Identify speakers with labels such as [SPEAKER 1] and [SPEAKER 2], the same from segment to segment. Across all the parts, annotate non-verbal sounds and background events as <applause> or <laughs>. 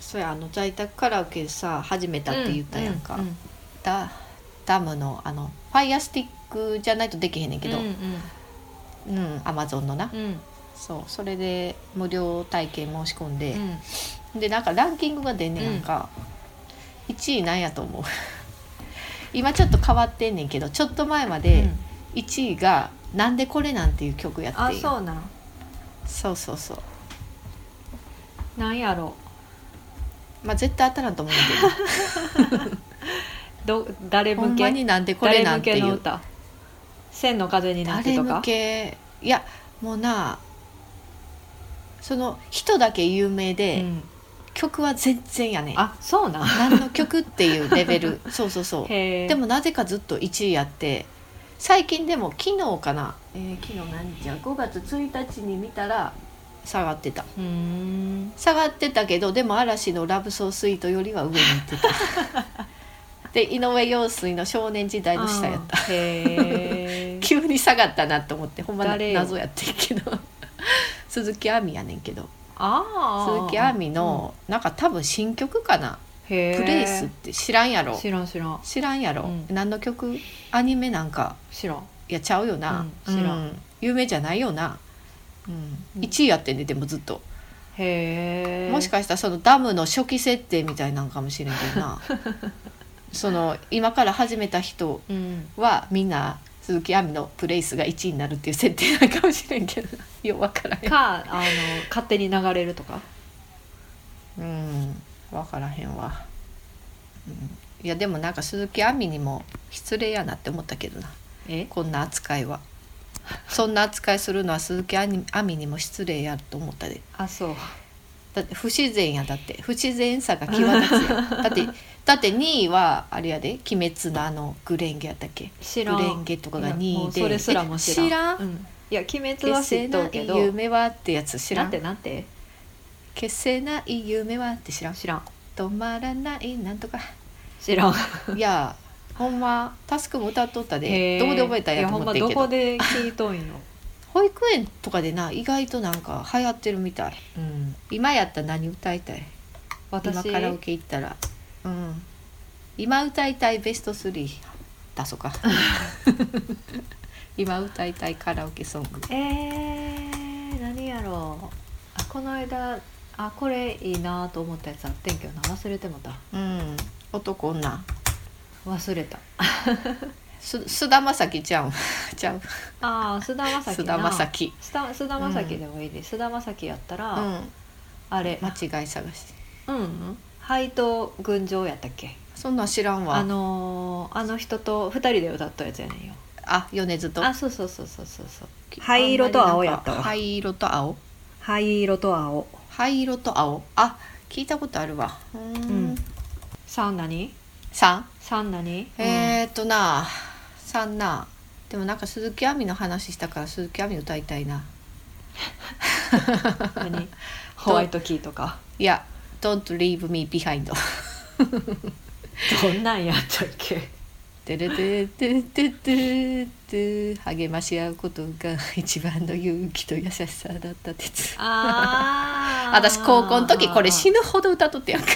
[SPEAKER 1] そうやあの在宅カラオケさ始めたって言ったやんか、
[SPEAKER 2] うう
[SPEAKER 1] ダダムのあのファイアスティックじゃないとできへんねんけど
[SPEAKER 2] うん
[SPEAKER 1] うんアマゾンのな
[SPEAKER 2] うんうん
[SPEAKER 1] そうそれで無料体験申し込んで
[SPEAKER 2] う、ん
[SPEAKER 1] でなんかランキングが出んねん
[SPEAKER 2] うん
[SPEAKER 1] なんか、1位なんやと思う <laughs> 今ちょっと変わってんねんけどちょっと前ま
[SPEAKER 2] う
[SPEAKER 1] で
[SPEAKER 2] ん
[SPEAKER 1] 1位が「なんでこれなん」ていう曲やって
[SPEAKER 2] あ
[SPEAKER 1] ん
[SPEAKER 2] そうなん
[SPEAKER 1] そうそうそう
[SPEAKER 2] なんやろ
[SPEAKER 1] まあ絶対当たらんと思うんだけ
[SPEAKER 2] ど誰 <laughs>
[SPEAKER 1] どほ
[SPEAKER 2] 向
[SPEAKER 1] んま
[SPEAKER 2] け
[SPEAKER 1] になんでこれ
[SPEAKER 2] 誰
[SPEAKER 1] なん
[SPEAKER 2] 向
[SPEAKER 1] て
[SPEAKER 2] け
[SPEAKER 1] い
[SPEAKER 2] の
[SPEAKER 1] う
[SPEAKER 2] 歌千の風になって
[SPEAKER 1] 誰
[SPEAKER 2] と
[SPEAKER 1] 向
[SPEAKER 2] か
[SPEAKER 1] けいやもうなその人だけ有名で、
[SPEAKER 2] うん
[SPEAKER 1] 曲は全然やねん
[SPEAKER 2] あそうなん
[SPEAKER 1] 何の曲っていうレベ <laughs> ルそうそうそう
[SPEAKER 2] へえ
[SPEAKER 1] でもなぜかずっと1位やって最近でも昨日かな、えー昨日何日や5月1日に見たら下がってた
[SPEAKER 2] うーん
[SPEAKER 1] 下がってたけどでも嵐の「ラブソースイート」よりは上に行ってた <laughs> で井上陽水の「少年時代」の下やった
[SPEAKER 2] た
[SPEAKER 1] <laughs>
[SPEAKER 2] へえ
[SPEAKER 1] 急に下がったなと思ってほんまな
[SPEAKER 2] 誰よ
[SPEAKER 1] 謎やってんけど <laughs> 鈴木亜美やねんけど
[SPEAKER 2] ああ
[SPEAKER 1] 鈴木亜美の、なんか多分新曲かな
[SPEAKER 2] うんへ
[SPEAKER 1] 「
[SPEAKER 2] え
[SPEAKER 1] プレイス」って知らんやろ
[SPEAKER 2] 知らん知らん
[SPEAKER 1] 知らんやろ、
[SPEAKER 2] うん
[SPEAKER 1] 何の曲アニメなんか
[SPEAKER 2] 知らん
[SPEAKER 1] いやちゃうよな、
[SPEAKER 2] うん知らん
[SPEAKER 1] う有名じゃないよな、う、
[SPEAKER 2] うんん
[SPEAKER 1] 1位やってんねでもずっと、
[SPEAKER 2] へえ
[SPEAKER 1] もしかしたらそのダムの初期設定みたいなんかもしれんけど
[SPEAKER 2] <laughs>
[SPEAKER 1] なその今から始めた人
[SPEAKER 2] うん
[SPEAKER 1] はみんな鈴木亜美のプレイスが1位になるっていう設定なんかもしれんけどようわからへん
[SPEAKER 2] かあの勝手に流れるとか
[SPEAKER 1] うんわからへんわ、うん、いやでもなんか鈴木亜美にも失礼やなって思ったけどな
[SPEAKER 2] え
[SPEAKER 1] こんな扱いはそんな扱いするのは鈴木亜美亜美にも失礼やと思ったで
[SPEAKER 2] あそう
[SPEAKER 1] だって不自然やだって不自然さが際立つや
[SPEAKER 2] <laughs>
[SPEAKER 1] んだってだって2位はあれやで「鬼滅のあのグレンゲ」やったっけ
[SPEAKER 2] 知
[SPEAKER 1] グ
[SPEAKER 2] らん
[SPEAKER 1] レンゲとかが
[SPEAKER 2] いやも
[SPEAKER 1] 2位
[SPEAKER 2] う
[SPEAKER 1] で
[SPEAKER 2] それすらも知らん
[SPEAKER 1] え知らん、
[SPEAKER 2] うんいや鬼滅は
[SPEAKER 1] 消
[SPEAKER 2] 知
[SPEAKER 1] せ
[SPEAKER 2] っと
[SPEAKER 1] な
[SPEAKER 2] うけ
[SPEAKER 1] い
[SPEAKER 2] ど
[SPEAKER 1] 夢はってやつ知ら
[SPEAKER 2] なん
[SPEAKER 1] ん
[SPEAKER 2] てなんて
[SPEAKER 1] 消せない夢はって知らん
[SPEAKER 2] 知らん
[SPEAKER 1] 止まらないなん
[SPEAKER 2] <laughs>
[SPEAKER 1] とか
[SPEAKER 2] 知らん
[SPEAKER 1] いやほんまタスクも歌っとったでどこで覚えたん
[SPEAKER 2] い
[SPEAKER 1] や
[SPEAKER 2] や
[SPEAKER 1] と
[SPEAKER 2] ほん
[SPEAKER 1] 思っ
[SPEAKER 2] ま
[SPEAKER 1] てん
[SPEAKER 2] ど
[SPEAKER 1] け
[SPEAKER 2] こ
[SPEAKER 1] ど
[SPEAKER 2] で聞いとんよ
[SPEAKER 1] 保育園とかでな意外となんか流行ってるみたい
[SPEAKER 2] うん
[SPEAKER 1] 今やったら何歌いたい今
[SPEAKER 2] <laughs> 私
[SPEAKER 1] カラオケ行ったら、うん、今歌いたいベスト3出そう
[SPEAKER 2] <laughs>
[SPEAKER 1] か今歌いたいカラオケソング
[SPEAKER 2] えー、何やろうあこの間あこれいいなと思ったやつあってんけどな忘れてもた
[SPEAKER 1] うん男女
[SPEAKER 2] 忘れた
[SPEAKER 1] す菅田将暉ちゃうん <laughs> ちゃう
[SPEAKER 2] ああ菅田将暉
[SPEAKER 1] 菅
[SPEAKER 2] な
[SPEAKER 1] 田将暉
[SPEAKER 2] 菅田菅田将暉でもいいで菅、田将暉やった
[SPEAKER 1] う
[SPEAKER 2] ら、
[SPEAKER 1] ん
[SPEAKER 2] あれ
[SPEAKER 1] 間違い探し
[SPEAKER 2] うんうん配当群青やったっけ
[SPEAKER 1] そんなん知らんわ
[SPEAKER 2] あ
[SPEAKER 1] あ
[SPEAKER 2] のーあの人と二人で歌ったやつやねんよ
[SPEAKER 1] 米津と
[SPEAKER 2] あそうそうそうそうそうそう灰色と青やったわ
[SPEAKER 1] 灰色と青
[SPEAKER 2] 灰色と青
[SPEAKER 1] 灰色と青あ聞いたことあるわう
[SPEAKER 2] うん
[SPEAKER 1] ん
[SPEAKER 2] 三何
[SPEAKER 1] 3
[SPEAKER 2] 三何
[SPEAKER 1] えーっとな3なでもなんか鈴木亜美の話したから鈴木亜美歌いたいな
[SPEAKER 2] うん
[SPEAKER 1] <laughs>
[SPEAKER 2] 何ホワイトキーとか
[SPEAKER 1] いや「Don't leave me behind <laughs>
[SPEAKER 2] どんなんやったっけ」
[SPEAKER 1] てれててててて励まし合うことが一番の勇気と優しさだった鉄
[SPEAKER 2] あ
[SPEAKER 1] <laughs> 私高校の時これ死
[SPEAKER 2] ぬ
[SPEAKER 1] ぬほど歌っとったやんか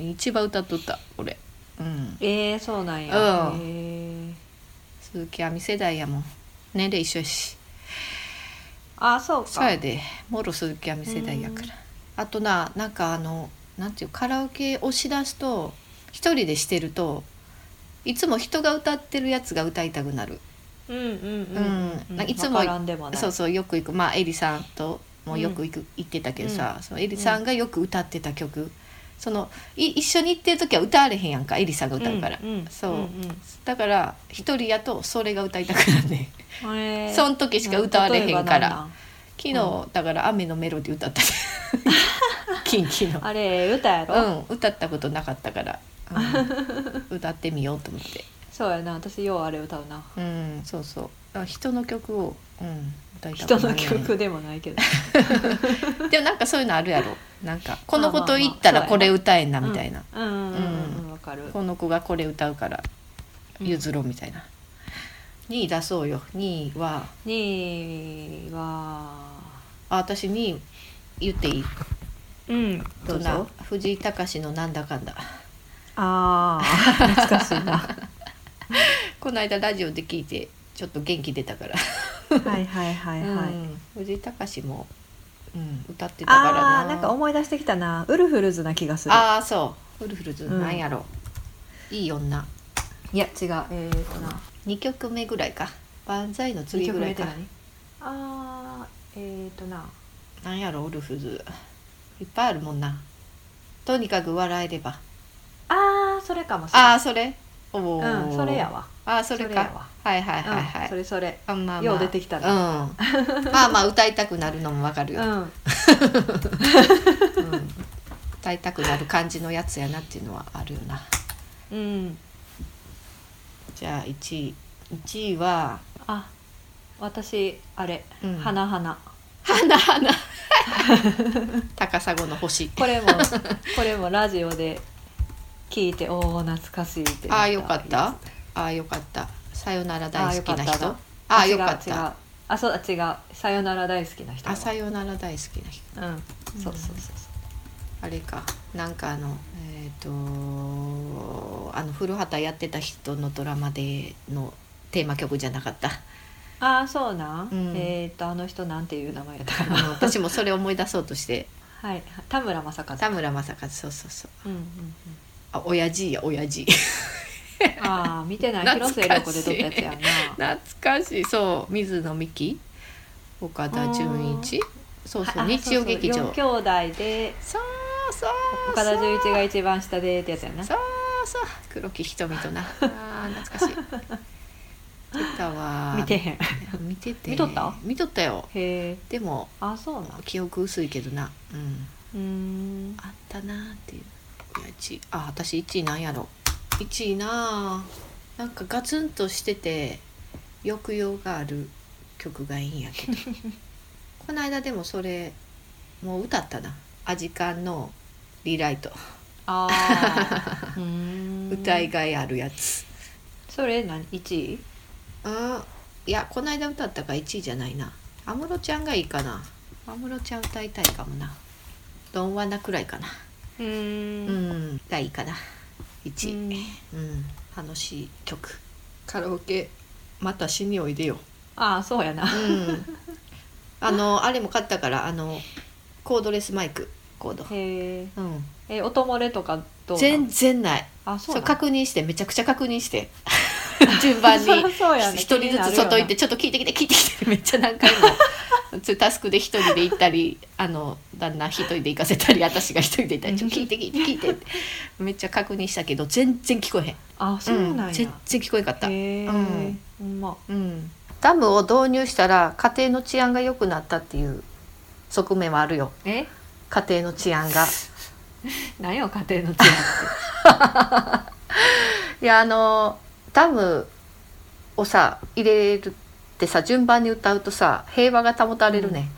[SPEAKER 1] 一番歌っとった俺うん
[SPEAKER 2] えー、そうなんや、
[SPEAKER 1] うん
[SPEAKER 2] えー、
[SPEAKER 1] 鈴木亜美世代やもん年齢一緒やし
[SPEAKER 2] あそうか
[SPEAKER 1] そうやでもろ鈴木亜美世代やから、
[SPEAKER 2] うん
[SPEAKER 1] あとななんかあのなんていうカラオケ押し出すと一人でしてるといつも人が歌ってるやつが歌いたくなる、
[SPEAKER 2] うんうんうん
[SPEAKER 1] う
[SPEAKER 2] うんん、
[SPEAKER 1] なんかいつも
[SPEAKER 2] わからんでもない
[SPEAKER 1] そうそうよく行くまあエリさんともよく行く、行ってたけどさ、そのエリさんがよく歌ってた曲、そのい一緒に行ってる時は歌われへんやんかエリさんが歌うから、
[SPEAKER 2] んん
[SPEAKER 1] そう、
[SPEAKER 2] ん
[SPEAKER 1] だから一人やとそれが歌いたくなる
[SPEAKER 2] <laughs>
[SPEAKER 1] ね
[SPEAKER 2] うんえー
[SPEAKER 1] そん時しか歌われへんから
[SPEAKER 2] 例えば何なん
[SPEAKER 1] 昨日、だから雨のメロディー歌
[SPEAKER 2] <laughs>
[SPEAKER 1] ったねキンキの
[SPEAKER 2] あれ歌やろ、
[SPEAKER 1] うん、歌ったことなかったから、うん歌ってみようと思って、
[SPEAKER 2] そうやな私ようあれ歌うな
[SPEAKER 1] うん、そうそうあ人の曲を、うん、歌いた
[SPEAKER 2] 人
[SPEAKER 1] く
[SPEAKER 2] の
[SPEAKER 1] なる
[SPEAKER 2] 曲でもないけど
[SPEAKER 1] <laughs> でもなんかそういうのあるやろなんかこ
[SPEAKER 2] ま
[SPEAKER 1] の
[SPEAKER 2] あまあまあ
[SPEAKER 1] 子と言ったらこれ歌えんな
[SPEAKER 2] うん
[SPEAKER 1] みたいな、
[SPEAKER 2] うんうんうんうんわかる
[SPEAKER 1] この子がこれ歌うから
[SPEAKER 2] うん
[SPEAKER 1] 譲ろうみたいな、2位出そうよ2位は
[SPEAKER 2] 2位は
[SPEAKER 1] あ私2位言っていい
[SPEAKER 2] うんど
[SPEAKER 1] と
[SPEAKER 2] う
[SPEAKER 1] な
[SPEAKER 2] ぞ
[SPEAKER 1] 藤井隆のなんだかんだ
[SPEAKER 2] ああ懐かしいな
[SPEAKER 1] この間ラジオで聞いてちょっと元気出たから、
[SPEAKER 2] <laughs> はいはいはいはい、
[SPEAKER 1] うん藤井隆も、うん、歌ってたからな
[SPEAKER 2] あーなんか思い出してきたなウルフルズな気がする
[SPEAKER 1] ああそうウルフルズ
[SPEAKER 2] うん
[SPEAKER 1] なんやろ、いい女
[SPEAKER 2] いや違うえー、っとな
[SPEAKER 1] 2曲目ぐらいか万歳の次
[SPEAKER 2] 二曲
[SPEAKER 1] ぐら
[SPEAKER 2] 目
[SPEAKER 1] い
[SPEAKER 2] って
[SPEAKER 1] か
[SPEAKER 2] 何あーえー、っとな
[SPEAKER 1] なんやろウルフズいっぱいあるもんなとにかく笑えれば
[SPEAKER 2] あーそれかもしれ
[SPEAKER 1] あ
[SPEAKER 2] な
[SPEAKER 1] あ
[SPEAKER 2] い
[SPEAKER 1] それおお、
[SPEAKER 2] うんそれやわ
[SPEAKER 1] ああそれ
[SPEAKER 2] それ
[SPEAKER 1] か
[SPEAKER 2] やわ
[SPEAKER 1] はいはいはいはい、
[SPEAKER 2] うん、それそれ
[SPEAKER 1] あんまあまあ
[SPEAKER 2] よう出てきたな
[SPEAKER 1] うん、まあまあ歌いたくなるのもわかる
[SPEAKER 2] う
[SPEAKER 1] よ、
[SPEAKER 2] ん
[SPEAKER 1] うん歌いたくなる感じのやつやなっていうのはあるよな
[SPEAKER 2] うん
[SPEAKER 1] じゃあ1位1位は
[SPEAKER 2] あ私あれ「
[SPEAKER 1] うん
[SPEAKER 2] 花花
[SPEAKER 1] 「花花」高砂の星
[SPEAKER 2] これも <laughs> これもラジオで聞いておお懐かしいってな
[SPEAKER 1] ああよかったああよかったさよなら大好きな
[SPEAKER 2] あーよかっ
[SPEAKER 1] 人
[SPEAKER 2] たな
[SPEAKER 1] ああ
[SPEAKER 2] 違
[SPEAKER 1] よ
[SPEAKER 2] う
[SPEAKER 1] かっ
[SPEAKER 2] 違
[SPEAKER 1] た
[SPEAKER 2] うあそうだ違う「さよなら大好きな人
[SPEAKER 1] あ」さよなら大好きな人
[SPEAKER 2] うんそうそうそうそ
[SPEAKER 1] あれかなんかあのえっ、とあの古畑やってた人のドラマでのテーマ曲じゃなか <laughs> った
[SPEAKER 2] うああそうなん、
[SPEAKER 1] うん
[SPEAKER 2] えーっとあの人なんていう名前やったか
[SPEAKER 1] あ
[SPEAKER 2] な
[SPEAKER 1] の私もそれ思い出そうとして
[SPEAKER 2] はい田村正和
[SPEAKER 1] 田村正和そうそうそう
[SPEAKER 2] うんうん
[SPEAKER 1] あ親父や親父
[SPEAKER 2] うん、ああ見てない
[SPEAKER 1] 懐
[SPEAKER 2] 広
[SPEAKER 1] かしい
[SPEAKER 2] 末涼子で撮ったやつやんな
[SPEAKER 1] <laughs> 懐かしいそう水野美紀岡田准一そうそう
[SPEAKER 2] あ
[SPEAKER 1] 日曜劇場
[SPEAKER 2] そう
[SPEAKER 1] そう
[SPEAKER 2] そうう四兄弟で
[SPEAKER 1] そう
[SPEAKER 2] 岡
[SPEAKER 1] そ
[SPEAKER 2] 田
[SPEAKER 1] う
[SPEAKER 2] 准一が一番下でってやつやな
[SPEAKER 1] そうそう黒木瞳となあー懐かしい見たわ
[SPEAKER 2] 見てへん
[SPEAKER 1] 見てて
[SPEAKER 2] 見とった
[SPEAKER 1] 見とったよ
[SPEAKER 2] へえ
[SPEAKER 1] でも
[SPEAKER 2] あそうなんう
[SPEAKER 1] 記憶薄いけどなうん
[SPEAKER 2] ーん
[SPEAKER 1] あったなーっていう親父あ私1位なんやろ1位なーなんかガツンとしてて抑揚がある曲がいいんやけ <laughs> どこの間でもそれもう歌ったな「アジカンのリライト」
[SPEAKER 2] ああ
[SPEAKER 1] <laughs>
[SPEAKER 2] うーん
[SPEAKER 1] 歌いがいあるやつ
[SPEAKER 2] それ何1位
[SPEAKER 1] うんいやこの間歌ったから1位じゃないな安室ちゃんがいいかな安室ちゃん歌いたいかもな「どんわな」くらいかな
[SPEAKER 2] う
[SPEAKER 1] うんんがいいかな1位。うん、楽しい曲カラオケまた死においでよ、
[SPEAKER 2] ああそうやな
[SPEAKER 1] うん、あのあれも買ったからあのコードレスマイクコード、
[SPEAKER 2] へえ
[SPEAKER 1] うん、
[SPEAKER 2] え音漏れとかどうなん
[SPEAKER 1] 全然ない
[SPEAKER 2] あ
[SPEAKER 1] そ
[SPEAKER 2] そううなん
[SPEAKER 1] 確認してめちゃくちゃ確認して <laughs> 順番に
[SPEAKER 2] そりゃ <laughs> そうやね
[SPEAKER 1] 一人ずつ外行ってちょっと聞いてきて聞いてきてめっちゃ何回 <laughs> もつタスクで一人で行ったりあの旦那一人で行かせたり私が一人で行ったりちょっと聞いて聞いて聞いてってめっちゃ確認したけど全然聞こえへん
[SPEAKER 2] あそうなん
[SPEAKER 1] ん
[SPEAKER 2] や
[SPEAKER 1] 全然聞こえんかった
[SPEAKER 2] へえ
[SPEAKER 1] うん
[SPEAKER 2] ほんま
[SPEAKER 1] うん、ダムを導入したら家庭の治安が良くなったっていう側面はあるよ
[SPEAKER 2] え
[SPEAKER 1] 家庭の治 <laughs> 安が
[SPEAKER 2] 何よ家
[SPEAKER 1] <laughs>
[SPEAKER 2] 庭の治安
[SPEAKER 1] いやあのダムをさ入れるってさ順番に歌うとさ平和が保たれるね、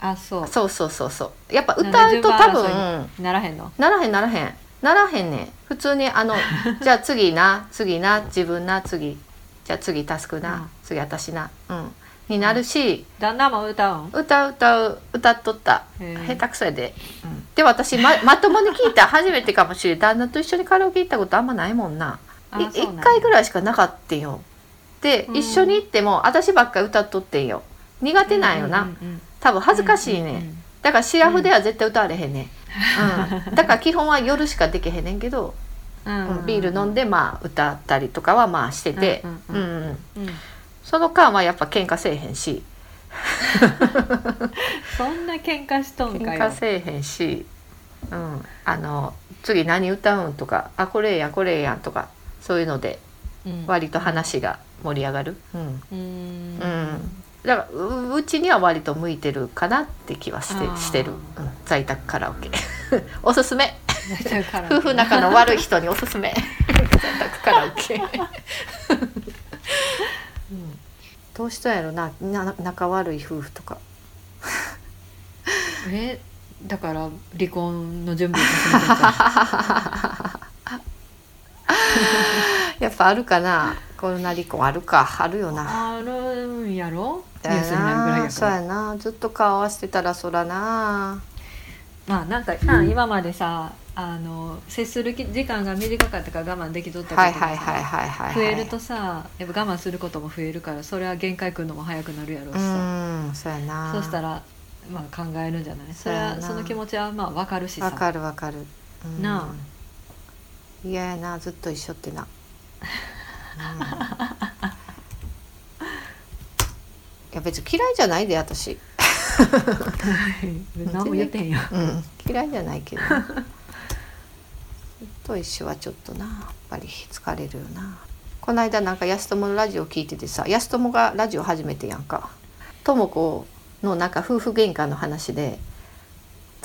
[SPEAKER 2] あそう
[SPEAKER 1] そうそうそうそうやっぱ歌うと多
[SPEAKER 2] なんで順番
[SPEAKER 1] 分
[SPEAKER 2] ならへんの
[SPEAKER 1] ならへんならへんならへんねん普通にあの <laughs> じゃあ次な次な自分な次じゃあ次タスクな、
[SPEAKER 2] うん
[SPEAKER 1] 次私なうんになるし、
[SPEAKER 2] 旦那も歌うん
[SPEAKER 1] 歌う歌う歌っとった
[SPEAKER 2] へー
[SPEAKER 1] 下手くそやで、で私ま <laughs> まともに聞いた初めてかもしれん旦那と一緒にカラオケ行ったことあんまないもんな
[SPEAKER 2] あ
[SPEAKER 1] い
[SPEAKER 2] そうなん
[SPEAKER 1] 一
[SPEAKER 2] や
[SPEAKER 1] 回ぐらいしかなかったんよで、
[SPEAKER 2] うん
[SPEAKER 1] 一緒に行っても私ばっかり歌っとってんよ苦手なんよな、
[SPEAKER 2] うんうんうん
[SPEAKER 1] 多分恥ずかしいね、
[SPEAKER 2] うんうんうん
[SPEAKER 1] だからシラフでは絶対歌われへんね、うんだから基本は夜しかできへんねんけど、
[SPEAKER 2] うんうんうん
[SPEAKER 1] ビール飲んでまあ歌ったりとかはまあしてて、
[SPEAKER 2] うんうん
[SPEAKER 1] うんうん
[SPEAKER 2] うん
[SPEAKER 1] その間はやっぱ喧嘩せえへんし
[SPEAKER 2] そんな喧嘩しとんか
[SPEAKER 1] 喧
[SPEAKER 2] よ
[SPEAKER 1] 嘩せえへんし、うん、あの次何歌うんとかあこれやこれやんとかそういうので
[SPEAKER 2] うん
[SPEAKER 1] 割と話が盛り上がる、うん
[SPEAKER 2] うーん
[SPEAKER 1] うん、だからううちには割と向いてるかなって気はし
[SPEAKER 2] あー
[SPEAKER 1] てしてる、うん、在宅カラオケ <laughs> おすすめ
[SPEAKER 2] だから
[SPEAKER 1] 夫婦仲の悪い人におすす <laughs> め在宅カラオケ、うん、どうしたんやろなな仲悪い夫婦とか
[SPEAKER 2] えだから離婚の準備を進めてるから
[SPEAKER 1] やっぱあるかなコロナ離婚あるかあるよな
[SPEAKER 2] あるんやろニ
[SPEAKER 1] だ
[SPEAKER 2] ュ
[SPEAKER 1] よ
[SPEAKER 2] ースになるぐらいや
[SPEAKER 1] そう
[SPEAKER 2] から
[SPEAKER 1] やなずっと顔合わせてたらそらな
[SPEAKER 2] まあなんか、
[SPEAKER 1] うん
[SPEAKER 2] 今までさあの接するき時間が短かったから我慢できとったこと
[SPEAKER 1] はい
[SPEAKER 2] が
[SPEAKER 1] はいはい
[SPEAKER 2] さ
[SPEAKER 1] はいはいはい
[SPEAKER 2] 増えるとさやっぱ我慢することも増えるからそれは限界くるのも早くなるやろう
[SPEAKER 1] う
[SPEAKER 2] しさ、
[SPEAKER 1] んそうやな
[SPEAKER 2] そうしたら、まあ、考えるんじゃない
[SPEAKER 1] そ
[SPEAKER 2] それ
[SPEAKER 1] うや
[SPEAKER 2] は
[SPEAKER 1] な
[SPEAKER 2] その気持ちはまあ分かるし
[SPEAKER 1] わか
[SPEAKER 2] さ
[SPEAKER 1] るわかる、うん
[SPEAKER 2] な
[SPEAKER 1] 嫌やなずっと一緒 <laughs> ってな、うんいや別に嫌いじゃないで私、
[SPEAKER 2] <laughs> 何も言ってへんよ
[SPEAKER 1] うん、嫌いじゃないけどずっと一緒はちょっとなやっぱり疲れるよなこの間なんか安友のラジオ聞いててさ安友がラジオ始めてやんか智子のなんか夫婦喧嘩の話で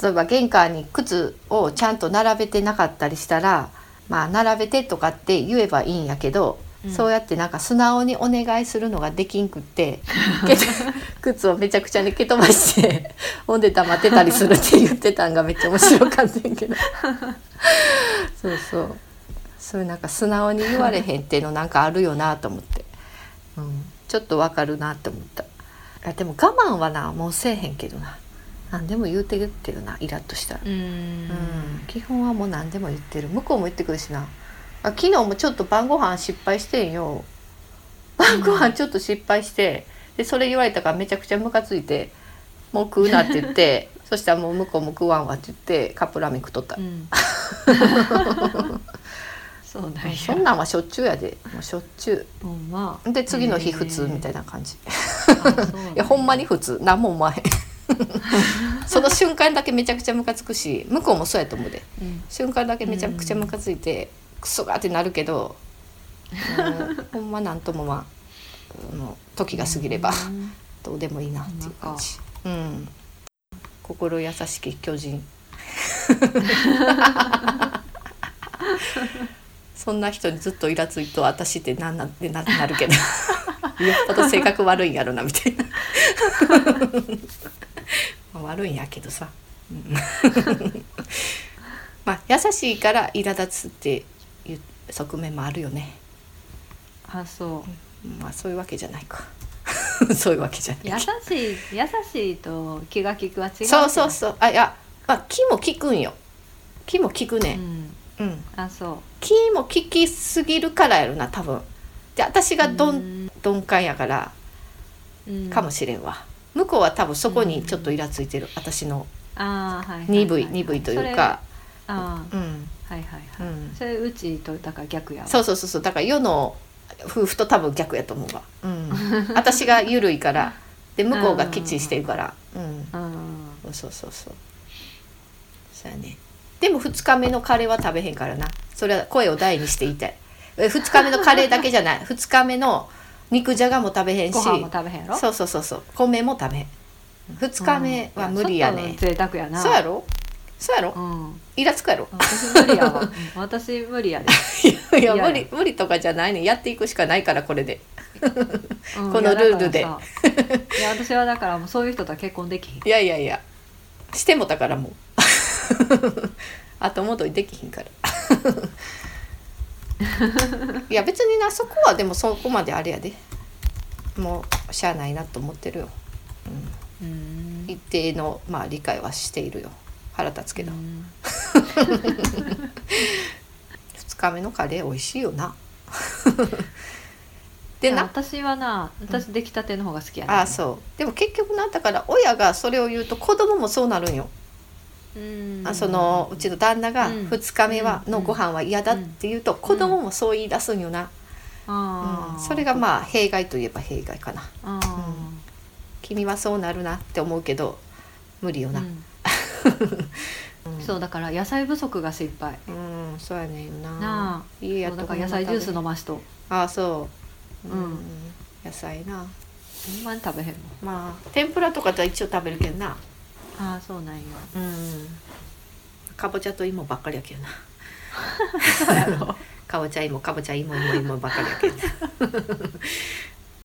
[SPEAKER 1] 例えば玄関に靴をちゃんと並べてなかったりしたらまあ並べてとかって言えばいいんやけど、
[SPEAKER 2] うん
[SPEAKER 1] そうやってなんか素直にお願いするのができんくって <laughs> 蹴飛靴をめちゃくちゃに蹴飛ばしてほんで黙ってたりするって言ってたんがめっちゃ面白かったんやけどそうそうそういうなんか素直に言われへんっていうのなんかあるよなと思って、うん、ちょっとわかるなって思ったあでも我慢はなもうせえへんけどな何でも言うてるけどなイラッとしたら、
[SPEAKER 2] うーん
[SPEAKER 1] うん、基本はもう何でも言ってる向こうも言ってくるしなあ昨日もちょっと晩ご飯失敗してんよ晩ご飯ちょっと失敗してでそれ言われたからめちゃくちゃムカついて「もう食うな」って言ってそしたらもう向こうも食わんわって言ってカップラーメン食っとった
[SPEAKER 2] う、ん
[SPEAKER 1] <laughs>
[SPEAKER 2] そうなんや
[SPEAKER 1] そんなんはしょっちゅうやでもうしょっちゅ
[SPEAKER 2] ほんま
[SPEAKER 1] うで次の日普通みた
[SPEAKER 2] い
[SPEAKER 1] いな感じ
[SPEAKER 2] ない
[SPEAKER 1] やほんまに普通何も思わへん <laughs> その瞬間だけめちゃくちゃムカつくし向こうもそうやと思うで
[SPEAKER 2] うん
[SPEAKER 1] 瞬間だけめちゃくちゃムカついて、クソがってなるけど、うん、ほんまなんともまああの時が過ぎれば
[SPEAKER 2] うん
[SPEAKER 1] どうでもいいなっていう感じ、うん、心優しき巨 <laughs> 人そんな人にずっとイラついと私ってなんなんってななる <laughs> けどよっぽど性格悪いんやろなみたいな <laughs> まあ悪いんやけどさ、うんまあ優しいから苛立つっていう側面もあるよね、
[SPEAKER 2] あそう
[SPEAKER 1] まあそういうわけじゃないか <laughs> そういうわけじゃない
[SPEAKER 2] 優しい優しいと気が利くは違う
[SPEAKER 1] そうそう
[SPEAKER 2] う、
[SPEAKER 1] そうあいや、まあ、気も利くんよ気も利く
[SPEAKER 2] う
[SPEAKER 1] ね
[SPEAKER 2] ん、
[SPEAKER 1] うん、
[SPEAKER 2] あそう
[SPEAKER 1] 気も利きすぎるからやろな多分で私がどん、
[SPEAKER 2] うん
[SPEAKER 1] 鈍感やから
[SPEAKER 2] うん
[SPEAKER 1] かもしれんわ、向こうは多分そこにちょっとイラついてる、私の
[SPEAKER 2] あーはいはいはい
[SPEAKER 1] 鈍い鈍いというか
[SPEAKER 2] それあ
[SPEAKER 1] うん
[SPEAKER 2] ーはいはいはい、
[SPEAKER 1] うん
[SPEAKER 2] それうちとだから逆やわ
[SPEAKER 1] そうそうそうそうだから世の夫婦と多分逆やと思うわ、
[SPEAKER 2] <laughs>
[SPEAKER 1] うん、私が緩いからで向こうがきっちりしてるからうん
[SPEAKER 2] うん
[SPEAKER 1] そうそうそうそうやねでも2日目のカレーは食べへんからなそれは声を大にして言いたい2日目のカレーだけじゃない2日目の肉じゃがも食べへんし
[SPEAKER 2] ご飯も食べへんやろ
[SPEAKER 1] そうそうそうそう米も食べへん2日目は無理やね、
[SPEAKER 2] ちょっと贅沢やな
[SPEAKER 1] そうやろそうやろ
[SPEAKER 2] うん
[SPEAKER 1] イラつくやろ
[SPEAKER 2] 私無理やわうん私無理やで、
[SPEAKER 1] いや
[SPEAKER 2] <laughs> いや
[SPEAKER 1] 無理無理とかじゃないねんやっていくしかないからこれで
[SPEAKER 2] うん
[SPEAKER 1] このルールで
[SPEAKER 2] いやだからさいや私はだからもうそういう人とは結婚できひん
[SPEAKER 1] いやいやいやしてもたからもう <laughs> 後戻りできひん
[SPEAKER 2] <laughs>
[SPEAKER 1] からいや別になそこはでもそこまであれやでもうしゃあないなと思ってるよ
[SPEAKER 2] うん
[SPEAKER 1] 一定のまあ理解はしているよ腹立つけど、
[SPEAKER 2] うん
[SPEAKER 1] 2日目のカレー美味しいよ
[SPEAKER 2] <laughs>
[SPEAKER 1] な
[SPEAKER 2] い
[SPEAKER 1] で
[SPEAKER 2] や
[SPEAKER 1] な
[SPEAKER 2] 私はな私出来たての方が好きやね
[SPEAKER 1] ああそうでも結局なだから親がそれを言うと子供もそうなるんよ
[SPEAKER 2] うん
[SPEAKER 1] あそのうちの旦那が
[SPEAKER 2] うん
[SPEAKER 1] 2日目は
[SPEAKER 2] うん
[SPEAKER 1] のご飯は嫌だって言うと子供もそう言い出すんよな、
[SPEAKER 2] あ
[SPEAKER 1] うん
[SPEAKER 2] ー
[SPEAKER 1] それがまあ弊害といえば弊害かな
[SPEAKER 2] あ
[SPEAKER 1] 君はそうなるなって思うけど無理よ
[SPEAKER 2] ー
[SPEAKER 1] な
[SPEAKER 2] う
[SPEAKER 1] うんん
[SPEAKER 2] そうだから野菜不足が心配
[SPEAKER 1] うんそうやねんよな
[SPEAKER 2] なあ
[SPEAKER 1] 家や
[SPEAKER 2] そ
[SPEAKER 1] と
[SPEAKER 2] うだから野菜ジュース飲ましと
[SPEAKER 1] ああそう
[SPEAKER 2] うん
[SPEAKER 1] 野菜な
[SPEAKER 2] ほんまに食べへんもん
[SPEAKER 1] まあ天ぷらとかとは一応食べるけどな
[SPEAKER 2] ああそうなんや
[SPEAKER 1] うんかぼちゃと芋ばっかりやけどな
[SPEAKER 2] <laughs> そうやろ
[SPEAKER 1] <laughs> かぼちゃ芋かぼちゃ芋芋芋ばっかりやけど